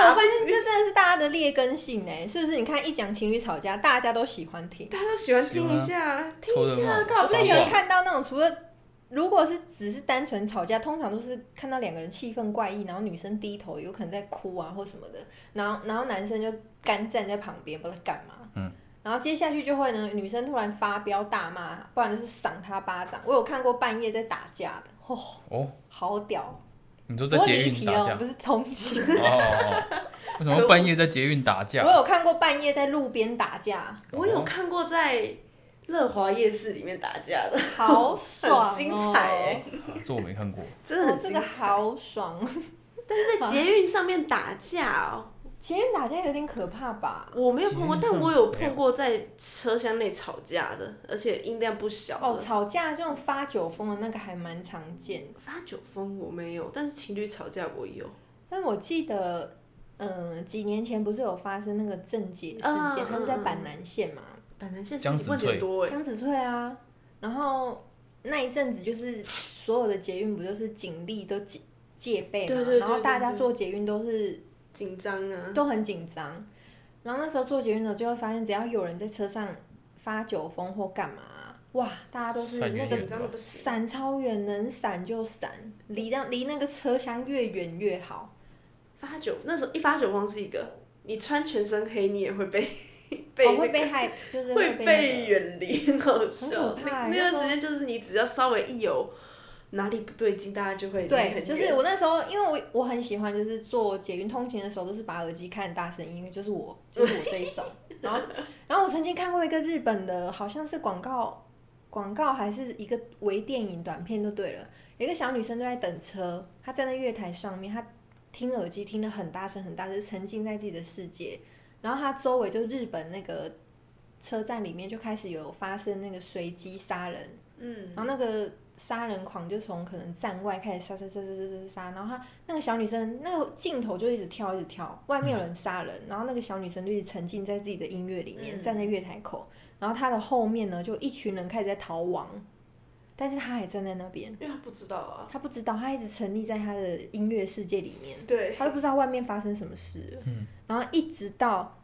我发现这真的是大家的劣根性哎，是不是？你看一讲情侣吵架，大家都喜欢听。
大家都喜欢听一下，听一
抽
下，
人
干
我
嘛不
最
听
喜
啊
欢看到那种，除了如果是只是单纯吵架，通常都是看到两个人气氛怪异，然后女生低头，有可能在哭啊或什么的，然后然后男生就干站在旁边，不知道干嘛。
嗯。
然后接下去就会呢，女生突然发飙大骂，不然就是赏他巴掌。我有看过半夜在打架的，哦，
哦，
好屌！
你说在
我
捷
离
运
题
哦
打
了，
架？
我不是同情。
哦哦 哦，为什么半夜在捷运打 架
我？有看过半夜在路边打架，
我有看过在乐华夜市里面打架的，
好 爽、哦，
很精彩哎、
这我没看过。
真的很
哦这
精
个
彩。
好爽。
但是在捷运上面打架哦，
前面打架有点可怕吧？
我没有碰过，
捷运
但
上
我有碰过在车厢内吵架的，而且音量不小
哦，
的。
吵架这种发酒疯的那个还蛮常见的。
发酒疯我没有，但是情侣吵架我有。
但我记得，嗯、几年前不是有发生那个郑捷事件，
嗯
他们在板南线嘛，
板南线
江
事
子
情问题
翠
多哎，
江子翠啊，然后那一阵子就是所有的捷运不就是警力都戒戒备嘛，
对对对
然后大家
对对
坐捷运都是
紧张啊。
都很紧张。然后那时候做捷运的时候，就会发现只要有人在车上发酒疯或干嘛，哇，大家都是
闪
那
远
个
紧张的不行。
闪超远，能闪就闪，离到离那个车厢越远越好。
发酒那时候一发酒疯是一个，你穿全身黑你也会被 被、
哦，会被害，就是
会
被
被
那个
远离，很好
很可
笑。
怕那
那那
时候
段时间就是你只要稍微一有哪里不对劲，大家就会离很
对，
远
就是我那时候，因为我我很喜欢，就是做捷运通勤的时候，都是把耳机看大声音乐，就是 我，就是我这一种。然后，然后我曾经看过一个日本的，好像是广告，广告还是一个微电影短片就对了。有一个小女生就在等车，她站在月台上面，她听耳机听得很大声很大声，就沉浸在自己的世界。然后她周围就日本那个车站里面就开始有发生那个随机杀人。
嗯，
然后那个杀人狂就从可能站外开始杀杀杀杀杀杀杀，然后他那个小女生那个镜头就一直跳一直跳，外面有人杀人，然后那个小女生就一直沉浸在自己的音乐里面，
嗯
站在月台口，然后她的后面呢就一群人开始在逃亡，但是她还站在那边，
因为他不知道啊，
她不知道，她一直沉溺在她的音乐世界里面，
对，
她都不知道外面发生什么事了，
嗯
然后一直到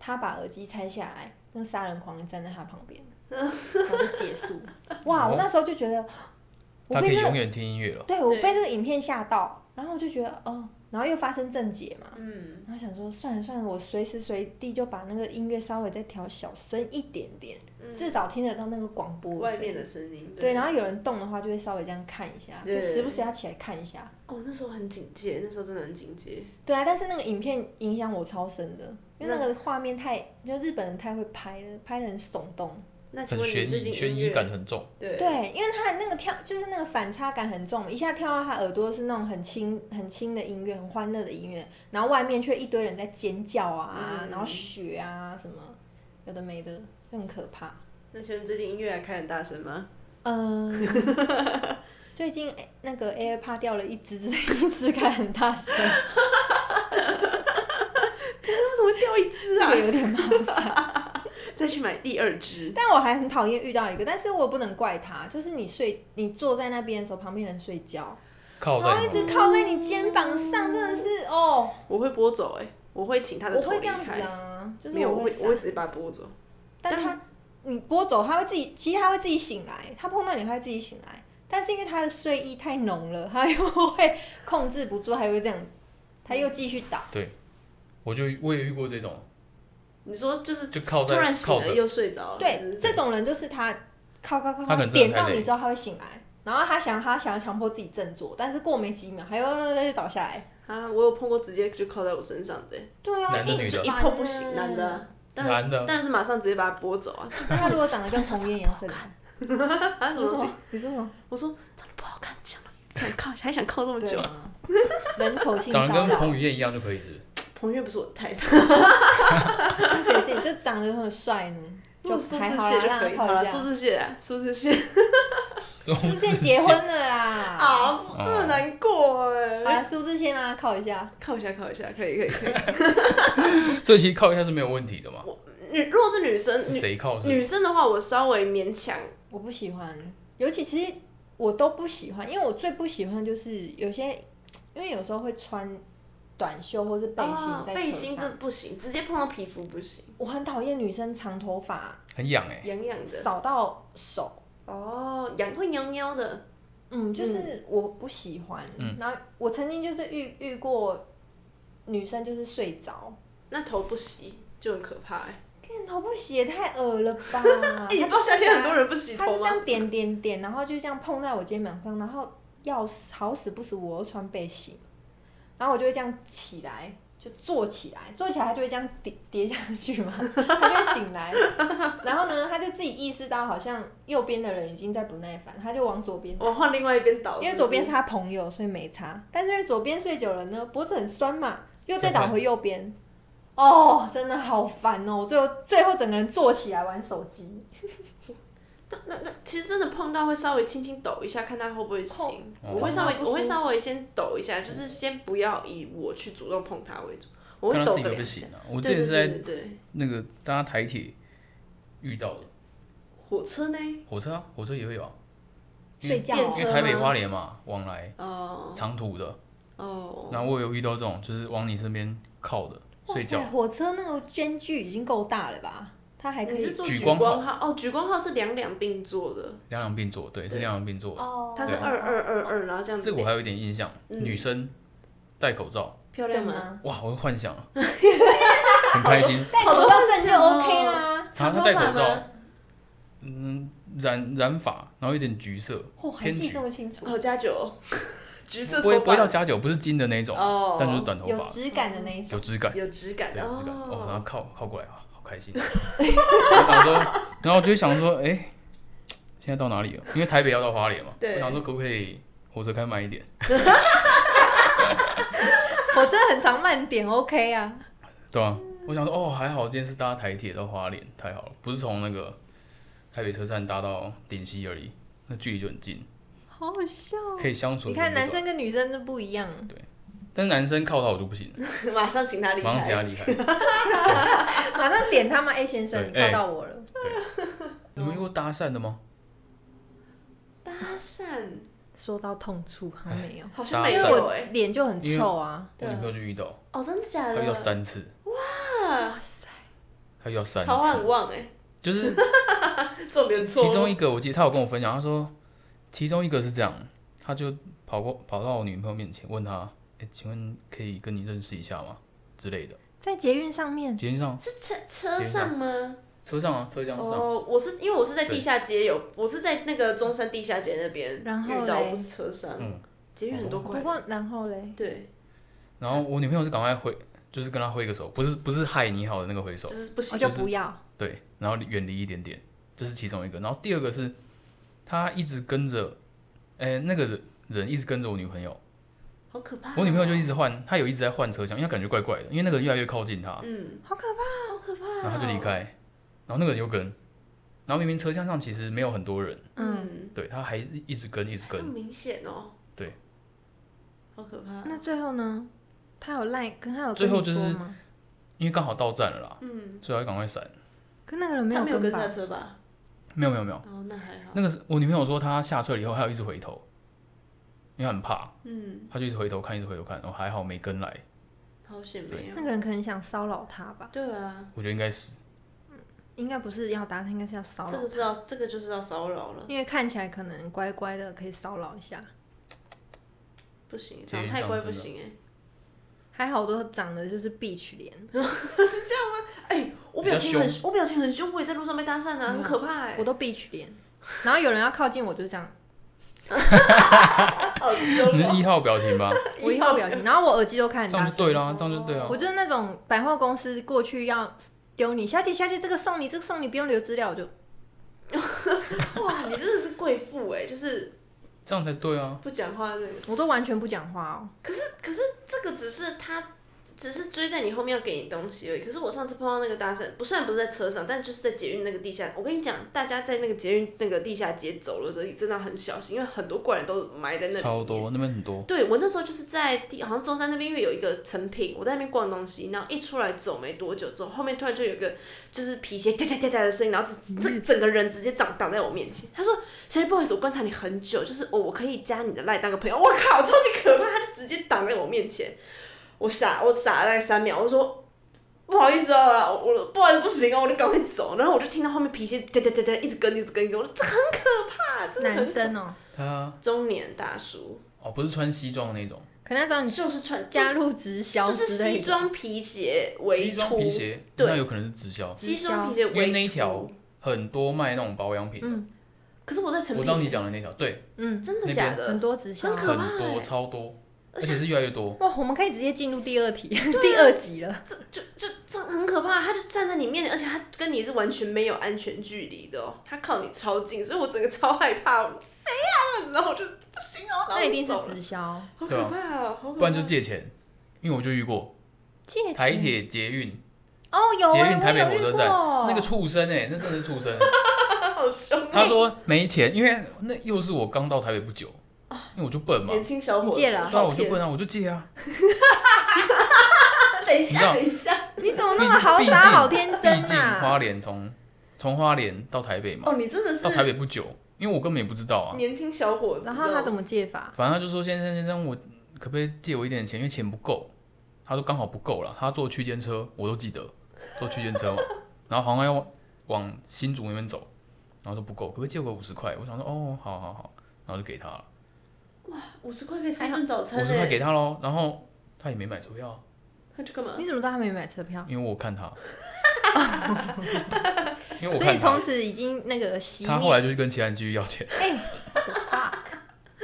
她把耳机拆下来，那杀人狂站在她旁 边，然后就结束。哇，我那时候就觉得，我
哦他可
被
以
这
永
个，
远听音乐了。
对我
对
被这个影片吓到，然后我就觉得，哦，然后又发生症结嘛，
嗯，
然后想说算了算了，我随时随地就把那个音乐稍微再调小声一点点，
嗯
至少听得到那个广播
外
声
面的
音。
声音。
对，然后有人动的话，就会稍微这样看一下，就
对
时不时要起来看一下。
哦，那时候很警戒，那时候真的很警戒。
对啊，但是那个影片影响我超深的，因为那
那
个画面太，就日本人太会拍了，拍的很耸动。
那请
很
问你
悬
最
疑，
近
悬
音
疑
乐哦
感很重。
对
对，因为他那个跳，就是那个反差感很重，一下跳到他耳朵是那种很轻、很轻的音乐，很欢乐的音乐，然后外面却一堆人在尖叫啊，
嗯
然后血啊什么，有的没的，就很可怕。
那请问最近音乐还开很大声吗？呃
嗯， 最近哎那个 AirPod 掉了一只， 一只开很大声，
那为什么会掉一只
这
啊
个？有点麻烦。
再去买第二只。
但我还很讨厌遇到一个，但是我不能怪他，就是你睡，你坐在那边的时候，旁边人睡觉，
靠
然后
在
一直靠在你肩膀上，真的是哦，
我会拨走哎、我会请他的
我
头
会
离
这样子
开。
啊，就是
没有，我
我
会我
闪
会直接把它拨走。
但
但
他你拨走，他会自己，其实他会自己醒来，他碰到你他会自己醒来，但是因为他的睡意太浓了，他又会控制不住，他又会这样，他又继续打。
我就我也遇过这种，
你说就是
就靠在
突然醒
靠着
了又睡着了，还
对
哦是，
这种人就是他靠靠靠
他可
靠，
能真
点
的太
到
累
你之后他会醒来，然后他想他想要强迫自己振作，但是过没几秒，他又他又倒下来。
啊，我有碰过直接就靠在我身上的欸、
对啊，
男的
一
女
直
的
一
打
碰
呢
不行，男的啊。当然
男
是
的
当然是马上直接把它拨走啊！
那他如果长得跟彭于晏一样 帅，
啊，
你
什
说
么
什
东西？
么？你说什么？
我说长得不好看，讲了讲靠，还想靠那么
对
久？
啊，人丑性
长得
骚
啊
跟
扰
彭。于晏一样就可以是。
彭于晏不是我的 type，
那谁是你就长得很帅呢？就
苏
还
志
好
燮
啦，
就
让
可以。
他
好了，
靠一
苏
下。
志燮啊，苏志燮
苏
苏志燮结 婚了啦！ 好
啊，真的难过哎。
啦，苏志燮让他靠一下。
靠一下，靠一下，可以，可以，可以。
这期靠一下是没有问题的嘛？
女如果是女生，
是
女
谁靠哦是？
女生的话，我稍微勉强。
我不喜欢，尤其其实我都不喜欢，因为我最不喜欢就是有些，因为有时候会穿短袖或是啊背心
哦
在车上，
背心真的不行，直接碰到皮肤不行，
我很讨厌女生长头发
很痒哎，
痒痒的。
扫到手。
哦，痒会痒痒的。
嗯，就是我不喜欢。
嗯
然后我曾经就是遇遇过女生就是睡着，
那头不洗就很可怕哎、
看头不洗也太恶了吧！
哎、 你不知道夏天很多人不洗
他
头
就这
吗？
样点点点，然后就这样碰在我肩膀上，然后要死好死不死我又穿背心，然后我就会这样起来，就坐起来，坐起来他就会这样跌跌下去嘛，他就会醒来， 然后呢他就自己意识到好像右边的人已经在不耐烦，他就往左边。
我换另外一边倒，
因为
不
左边是他朋友，所以没差。但是因为左边睡久了呢，脖子很酸嘛，又再倒回右边。哦，真的好烦哦！我最后最后整个人坐起来玩手机。
那那其实真的碰到会稍微轻轻抖一下，看他会不会醒。
碰
我会稍微
碰到不舒服
我会稍微先抖一下，就是先不要以我去主动碰他为主，我
看
会
到
抖
自己
个
会不会
两
行
下。
啊？我之
对
前
对
是在
对对对，
那个搭台铁遇到的，
火车呢？
火车啊，火车也会有啊，因为
睡觉、
电
哦
车
因为台北花莲嘛，往来
哦
长途的，
哦，
然后我有遇到这种就是往你身边靠的
哇
睡
塞，
觉，
火车那个间距已经够大了吧？它还可
你是
以
坐
举
光
光号
号哦，举光号是两两并坐的，
两两并坐，对，是
对
两两并坐的。
哦，
它是二二二二，然后这样子。
这个我还有一点印象，
嗯啊
女生戴口罩，
漂亮吗？
吗？
哇，我会 幻想，啊很开心。
戴口罩证
哦
就 OK 啦。
然
长
后
头
啊她戴
发
口罩
吗？，
嗯，染染发，然后有点橘色，
我还记这么清楚，
哦，加九， 橘色
不会
头
不会到
发，
加九，不是金的那一种，
哦
但就是短头
有
发，
质感的那一种
有。质感，
有质感
对，有质感。哦，然后
哦。
靠靠过来，哇好开心。 然后想说，然后我就想说，哎，现在到哪里了？因为台北要到花莲嘛，
对
我想说可不可以火车开慢一点？
火车很长慢点 OK 啊，
对啊，我想说哦，还好今天是搭台铁到花莲，太好了，不是从那个台北车站搭到顶溪而已，那距离就很近，
好好笑哦。
可以相处。
你看男，生跟女生就不一样，
但是男生靠他我就不行了，
马上请他离
哦马上请
开。
他离 开。
马上点他们哎先生，
对
你靠到我了。
你们遇过搭讪的吗？
搭讪
说到痛处，好像没有，
好像没
因为
有
我
哎，
脸就很臭啊。
我
对啊
女朋友就遇到，
哦，真的假
她
的
遇到？三次，
啊，
她遇到三
桃花很
次，
旺哎，
就是
重点
其
错。
其中一个，我记得他有跟我分享，他说其中一个是这样，他就跑过跑到我女朋友面前，问她：“哎、哎，请问可以跟你认识一下吗？之类的。
在捷运上
嗯
面，
捷运上、
是车车上吗？
车上啊，车厢上，
哦，我是因为我是在地下街有，我是在那个中山地下街那边
然后
遇到，
嘞哦
不是车上。
嗯
捷运很多
不
块。
过然后嘞，
对，
然后我女朋友是赶快挥，就是跟他挥个手，不是不是嗨你好的那个挥手
就，是不
我
行。
就不要。
对，然后远离一点点，这是其中一个。然后第二个是，他一直跟着，哎、那个人人一直跟着我女朋友，
好可怕哦、
我女朋友就一直换，她有一直在换车厢，因为她感觉怪怪的，因为那个人越来越靠近她，
嗯，
好可怕！
然后她就离开，然后那个人又跟，然后明明车厢上其实没有很多人，
嗯，
嗯，
对，她还一直跟一直
这
跟，
么明显哦。
对。
好可怕。
那最后呢？他有赖，可他有
最
跟
后
你
就是
说吗？
因为刚好到站了啦，
嗯，
所以她赶快闪。
可那个人没
他
有
没有跟
跟
上
吧？
车吧？
没有没有没有，
哦，那还好。
那个是我女朋友说她下车了以后，还有一直回头，因为她很怕，
嗯，
她就一直回头看，一直回头看，然哦后还好没跟来，
好险没有
那。个人可能想骚扰他吧？
对啊，
我觉得应该是
应该不是要打他，应该是要骚
这
扰
个，是要，这个就是要骚扰了，
因为看起来可能乖乖的，可以骚扰一下。
不行，
这
长
一
得太乖
张
不
真的
行哎、
还好都长得就是 bitch 脸，
我
比
表
较
情很，我表情很凶，我也在路上被搭讪啊，很可怕 哎、
我都 bitch 脸。然后有人要靠近我就这 样，
好羞
你
哦
是一号表情吧？
我一号表情，然后我耳机都开很
这
大
样
声
就，对
哦
啦，这样就对啊
我。就是那种百货公司过去要丢你，小姐小姐，这个送你，这个送你，不用留资料，我就
哇，你真的是贵妇哎，就是
这样才对啊。
不讲话的。
我都完全不讲话哦。
可是这个只是他，只是追在你后面要给你东西而已。可是我上次碰到那个搭讪，不虽然不是在车上，但就是在捷运那个地下。我跟你讲，大家在那个捷运那个地下街走的时候，真的很小心，因为很多怪人都埋在那里。
超多，那边很多，
对我那时候就是在地，好像中山那边，因为有一个成品，我在那边逛东西，然后一出来走没多久之后，后面突然就有一个就是皮鞋哒哒哒哒的声音，然后这这整个人直接挡挡在我面前。他说：“小姐，不好意思，我观察你很久，就是哦，我可以加你的赖当个朋友。”我靠，超级可怕，他就直接挡在我面前，我傻，我傻了大概三秒，我说。不好意思啊，我不好意思，不行啊，我就赶快走。然后我就听到后面皮鞋哒哒哒哒一直跟，一直跟，一直跟。我说这很可怕，啊真的很
男
可
生哦，
他
中年大叔，
哦不是穿西装的那种，
可能要找你
就是穿
加入直销
就是
之
西
类的。
装皮鞋为
西装皮，鞋，
对
那有可能是直
哦
销，
西装皮鞋
因为
为
那一条很多卖那种保养品的，
嗯
可是我在成
我
品，
知道你讲的那条，对，
嗯，
真
那
的
边
假
很
的？
多直销
很。可怕
很
欸
多超多，而且是越来越多，
哇，我们可以直接进入第二题，
啊
第二集了。
这就就这很可怕，他就站在你面前，而且他跟你是完全没有安全距离的哦，他靠你超近，所以我整个超害怕，我谁呀、然后我就不行哦，然后
那一定是
我就走了
直销，
好可怕哦，好可怕，
啊不然就借钱，因为我就遇过
借钱
台铁捷运
哦，有
捷
哎、
运
我
台北
有
火
遇
车
过
站那个畜生哎，那真的是畜生，
好凶，
哎
他说没钱，因为那又是我刚到台北不久，因为我就笨嘛
哦年，轻小伙
你
子，
戒了啊
对啊，
好
我就
骗
笨啊，我就借啊，
啊等一
你知
下，
道
等一下，
你怎么那么好
毕竟
傻好天
毕
真
竟
啊？
花莲从从花莲到台北嘛，
哦，你真的
到台
是
北不久，因为我根本也不知道啊。
年轻小伙子哦，
然后他怎么借法？
反正他就说：“先生，先生，我可不可以借我一点钱？因为钱不够。”他说：“刚好不够了。”他坐区间车，我都记得坐区间车嘛。 然后好像要往新竹那边走，然后说不够，可不可以借我五十块？我想说：“哦，好好好。”然后就给他了，
哦五十块可以吃一顿早餐、欸？
五十块给他喽。然后他也没买车票啊，
他去干嘛？
你怎么知道他没买车票？
因为我看他， 因为我
所以
看
从
他，
此已经那个熄
他后
灭。
来就去跟其他人继续要钱，
哎、我的 fuck！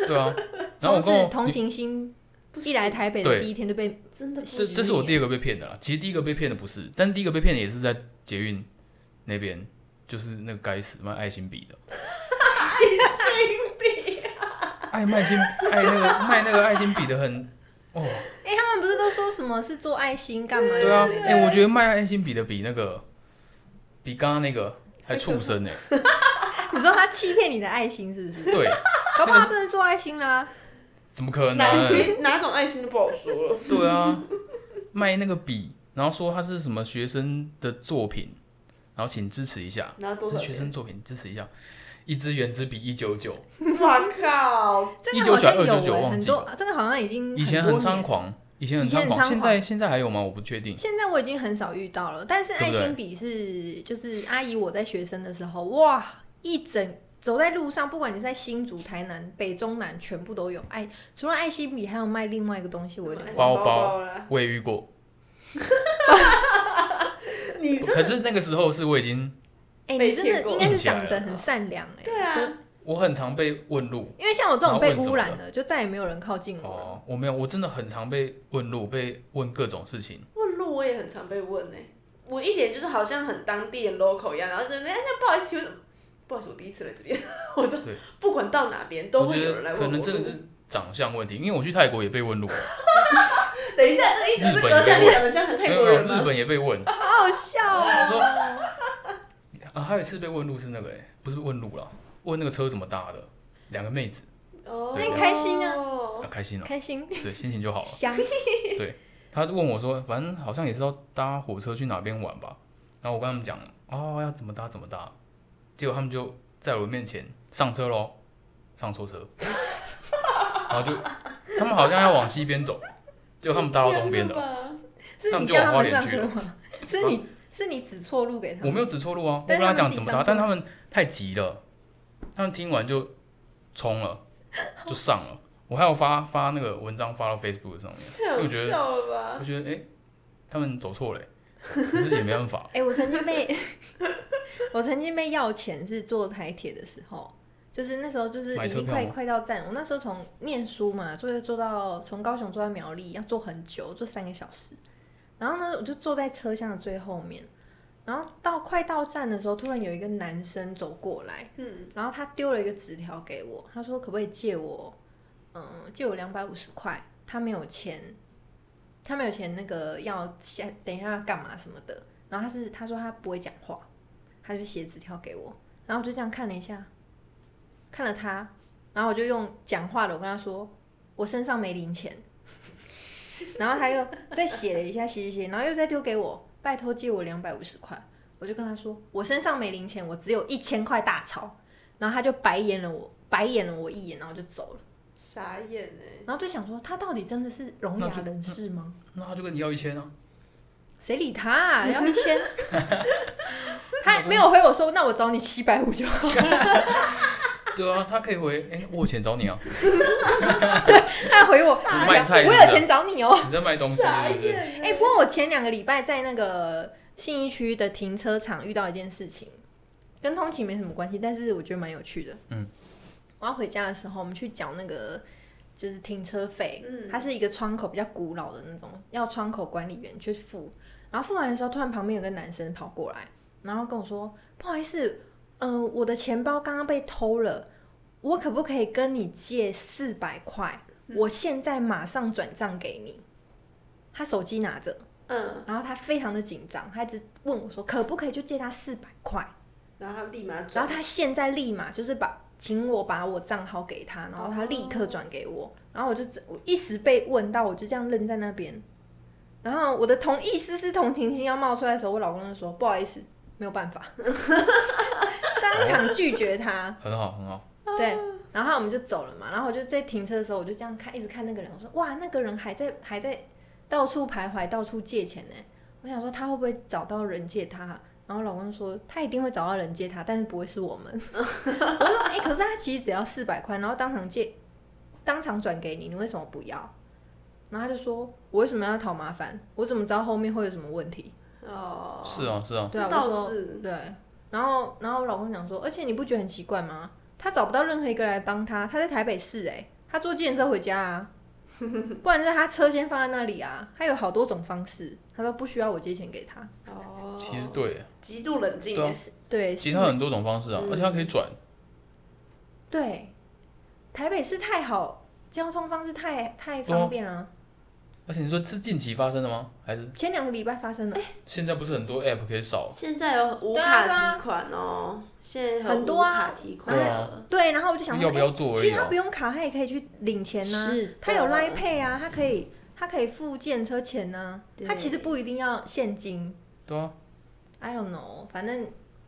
对啊。然
从
后我跟
此
我
同情心
不
一
行
来台北的
对
第一天就被
真的不
这
是
这
行
是我第二个被骗的啦。其实第一个被骗的不是，但第一个被骗的也是在捷运那边，就是那个该死卖爱心笔的。 爱心笔、爱卖心爱那个卖那个爱心笔的很哦，
哎、他们不是都说什么是做爱心干嘛？
对啊，哎、我觉得卖爱心笔的比那个比刚刚那个还畜生呢、
你说他欺骗你的爱心是不是？
对，
搞不好他真的做爱心啦、
怎么可
哪
能？
哪种爱心都不好说了。
对啊，卖那个笔，然后说他是什么学生的作品，然后请支持一下。
拿多
这
少
是学
钱
生？作品，支持一下。一支原子笔一九九，
我靠！
这个好像有、
199
哎，
忘
很
记
多，这个好像已
嗯
经
以前
很
很
多年
猖狂，以前很
以前
猖
很
狂，
猖
现在现在还有吗？我不确定。
现在我已经很少遇到了，但是
对
爱
不对
心笔是就是阿姨我在学生的时候，哇，一整走在路上，不管你在新竹、台南、北中南，全部都有。爱除了爱心笔，还有卖另外一个东西，我有点
爱心
包
包
包
啦，
我也遇过，
你
可是那个时候是我已经
哎、
被
你真
骗
的
过
应该是长得很善良哎、
对
所以
啊，
我很常被问路
因为像我这种被污
然后
染
问
的，就再也没有人靠近我了。
哦，我没有，我真的很常被问路，被问各种事情。
问路我也很常被问呢、欸我一脸就是好像很当地人 local 一样，然后就哎，那不好意思，我不好意思，我第一次来这边， 我都
对
不管到哪边都
我
会
觉
有人来
得
问
可
我
能真的
路
是长相问题，因为我去泰国也被问路，
等一下，这个意思是
日本
阁下是
也有
长得像很
没
泰
有
国
没有
人
日
吗？
本也被 问。
好好笑
我说
哦！
啊，还有一次被问路是那个、欸，不是问路啦，问那个车怎么搭的，两个妹子，
哦
对那
你开心啊
啊
啊，开心哦、
开心
对，心情就好了。
香，
他问我说，反正好像也是要搭火车去哪边玩吧，然后我跟他们讲，哦，要怎么搭怎么搭，结果他们就在我面前上车喽，上错车，然后就他们好像要往西边走，结果他们搭到东边了，
了。
是
他
你
们就
叫
往
他
花
们
莲
上
去
车吗？ 是你是你指错路给他
我
们？
没有指错路啊，我
但
跟
是他
他
们
讲
自己
怎么
上
搭，
错。
但他们太急了，他们听完就冲了，就上了。我还有发发那个文章发到 Facebook 上面，
太好啊笑了吧
我！觉得哎、诶他们走错了、欸，可是也没办法
哎、我曾经被我曾经被要钱，是坐台铁的时候，就是那时候就是
买
已
车
经
票
快
吗
快到站，我那时候从念书嘛，坐坐到从高雄坐到苗栗，要坐很久，坐三个小时。然后呢，我就坐在车厢的最后面，然后到快到站的时候，突然有一个男生走过来，
嗯，
然后他丢了一个纸条给我，他说可不可以借我，嗯，借我两百五十块，他没有钱，他没有钱那个要下等一下要干嘛什么的，然后他是他说他不会讲话，他就写纸条给我，然后我就这样看了一下，看了他，然后我就用讲话的我跟他说我身上没零钱， 然后他又再写了一下写写写，然后又再丢给我，拜托借我两百五十块。我就跟他说，我身上没零钱，我只有一千块大钞。然后他就白眼了我，白眼了我一眼，然后就走了。
傻眼哎、
然后就想说，他到底真的是聋
那
哑
就
人士吗？
那他就跟你要一千啊，
谁理他、啊？要一千？他没有回我说，那我找你七百五就好。
对啊，他可以回哎、诶我有钱找你啊，
他回我，
傻
我
卖菜是不
有
是
钱找你哦、
你在卖东西
傻
是不是？
眼欸
哎、不过我前两个礼拜在那个信义区的停车场遇到一件事情，跟通勤没什么关系，但是我觉得蛮有趣的。
嗯，
我要回家的时候，我们去缴那个就是停车费，
嗯
它是一个窗口比较古老的那种，要窗口管理员去付。然后付完的时候，突然旁边有个男生跑过来，然后跟我说：“不好意思，嗯、我的钱包刚刚被偷了，我可不可以跟你借四百块？
嗯
我现在马上转账给你。”他手机拿着，
嗯，
然后他非常的紧张，他一直问我说可不可以就借他四百块，
然后他立马
然
转
后，他现在立马就是把请我把我账号给他，然后他立刻转给我，然后我就只我一时被问到，我就这样愣在那边，然后我的同一丝丝同情心要冒出来的时候，我老公就说不好意思，没有办法， 当场拒绝他，
很好很好，
对，然后我们就走了嘛，然后我就在停车的时候，我就这样看，一直看那个人，我说哇，那个人还在还在到处徘徊，到处借钱呢。我想说他会不会找到人借他啊？然后老公说他一定会找到人借他，但是不会是我们。 我说哎、欸可是他其实只要四百块，然后当场借，当场转给你，你为什么不要？然后他就说我为什么要讨麻烦？我怎么知道后面会有什么问题？
哦，
是啊是啊，
对啊，
这倒
我就说
是
对。然后，然后我老公讲说，而且你不觉得很奇怪吗？他找不到任何一个来帮他，他在台北市哎、他坐计程车回家啊， 不然就是他车先放在那里啊，他有好多种方式。他说不需要我借钱给他，
哦，
其实对，
极度冷静
对啊
耶，
对，
其他很多种方式啊，
嗯
而且他可以转，
对，台北市太好，交通方式太太
哦
方便了、啊
而且你说是近期发生的吗？还是
前两个礼拜发生的，
现在不是很多 app 可以扫？
现在有无
对啊对
卡
啊
提款哦，现在
很多啊
无卡提款
对啊
了，
对，然后我就想说，
要不要
欸
做而已
其实他
啊
不用卡，他也可以去领钱啊呐、
啊是
他有
的
Line Pay 啊，他可以他可以付建车钱呐、
对
他其实不一定要现金。
对啊，
I don't know，反正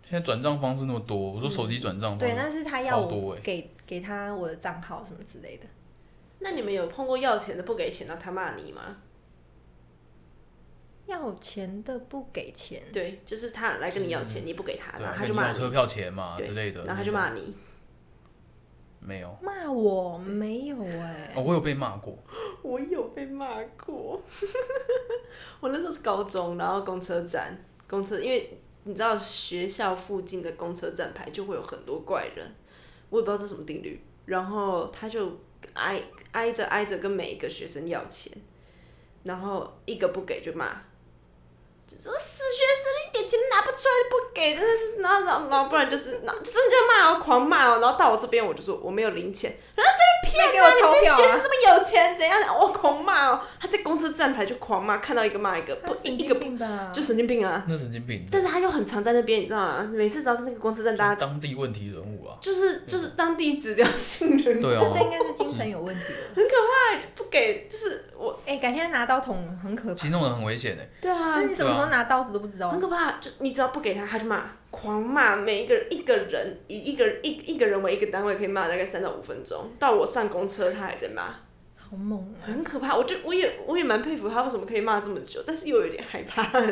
现在转账方式那么多，我说手机转账方
对，
式，
但是他要
超多
我
欸
给、给他我的账号什么之类的。
那你们有碰过要钱的不给钱，然后他骂你吗？
要钱的不给钱，
对，就是他来跟你要钱，你不给他，
嗯对
然
啊
后，他
跟
就
你
骂
有
你
车，票钱嘛
对
之类的，
然后他就骂你，
没有。
骂我没有哎、
哦，我有被骂过，
我有被骂过， 我那时候是高中，然后公车站，公车，因为你知道学校附近的公车站牌就会有很多怪人，我也不知道这什么定律，然后他就挨挨着挨着跟每一个学生要钱，然后一个不给就骂。就说死学生，一点钱拿不出来就不给，真的是，然后然后然后不然就是，然后就是这样骂我，狂骂哦我，然后到我这边我就说我没有零钱，骗
那给
啊！
我
你
钞
这
票
学生
啊！
这么有钱，怎样？我狂骂哦！他在公车站牌就狂骂，看到一个骂一个，不
他
一
神
一
经
个
病啊吧？
就神经病啊！
那神经病，
但是他又很常在那边，你知道吗？每次只要是那个公车站，
就是
大家
当地问题人物啊。
就是就是当地指标性人，
对啊，
那这应该是精神有问题了。
不给就是我，
哎、改天拿刀捅很可
其
怕
实，那种人很危 险的。
对啊
就是你什么时候拿刀子都不知道
很。可怕。就你只要不给他，他就骂，狂骂每一个人，一个人以一个一一个人为一个单位，可以骂大概三到五分钟。到我上公车，他还在骂，
好猛啊！
很可怕。我就我也我也蛮佩服他为什么可以骂这么久，但是又有点害怕。
好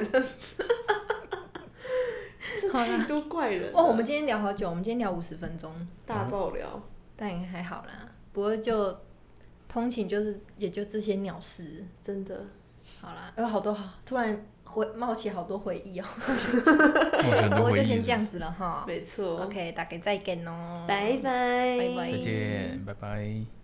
太
啦，
多怪人了
哦，我们今天聊好久，我们今天聊五十分钟，
大爆料，
但也还好啦。不过就通勤就是也就这些鸟事，
真的
好啦，有好多好，突然回冒起好多回忆哦、
我觉得
不
很
过
多
就
回忆
先
是
这样子了哈。
没错。
OK，大家再见哦，
拜拜，
拜拜
再见，拜拜。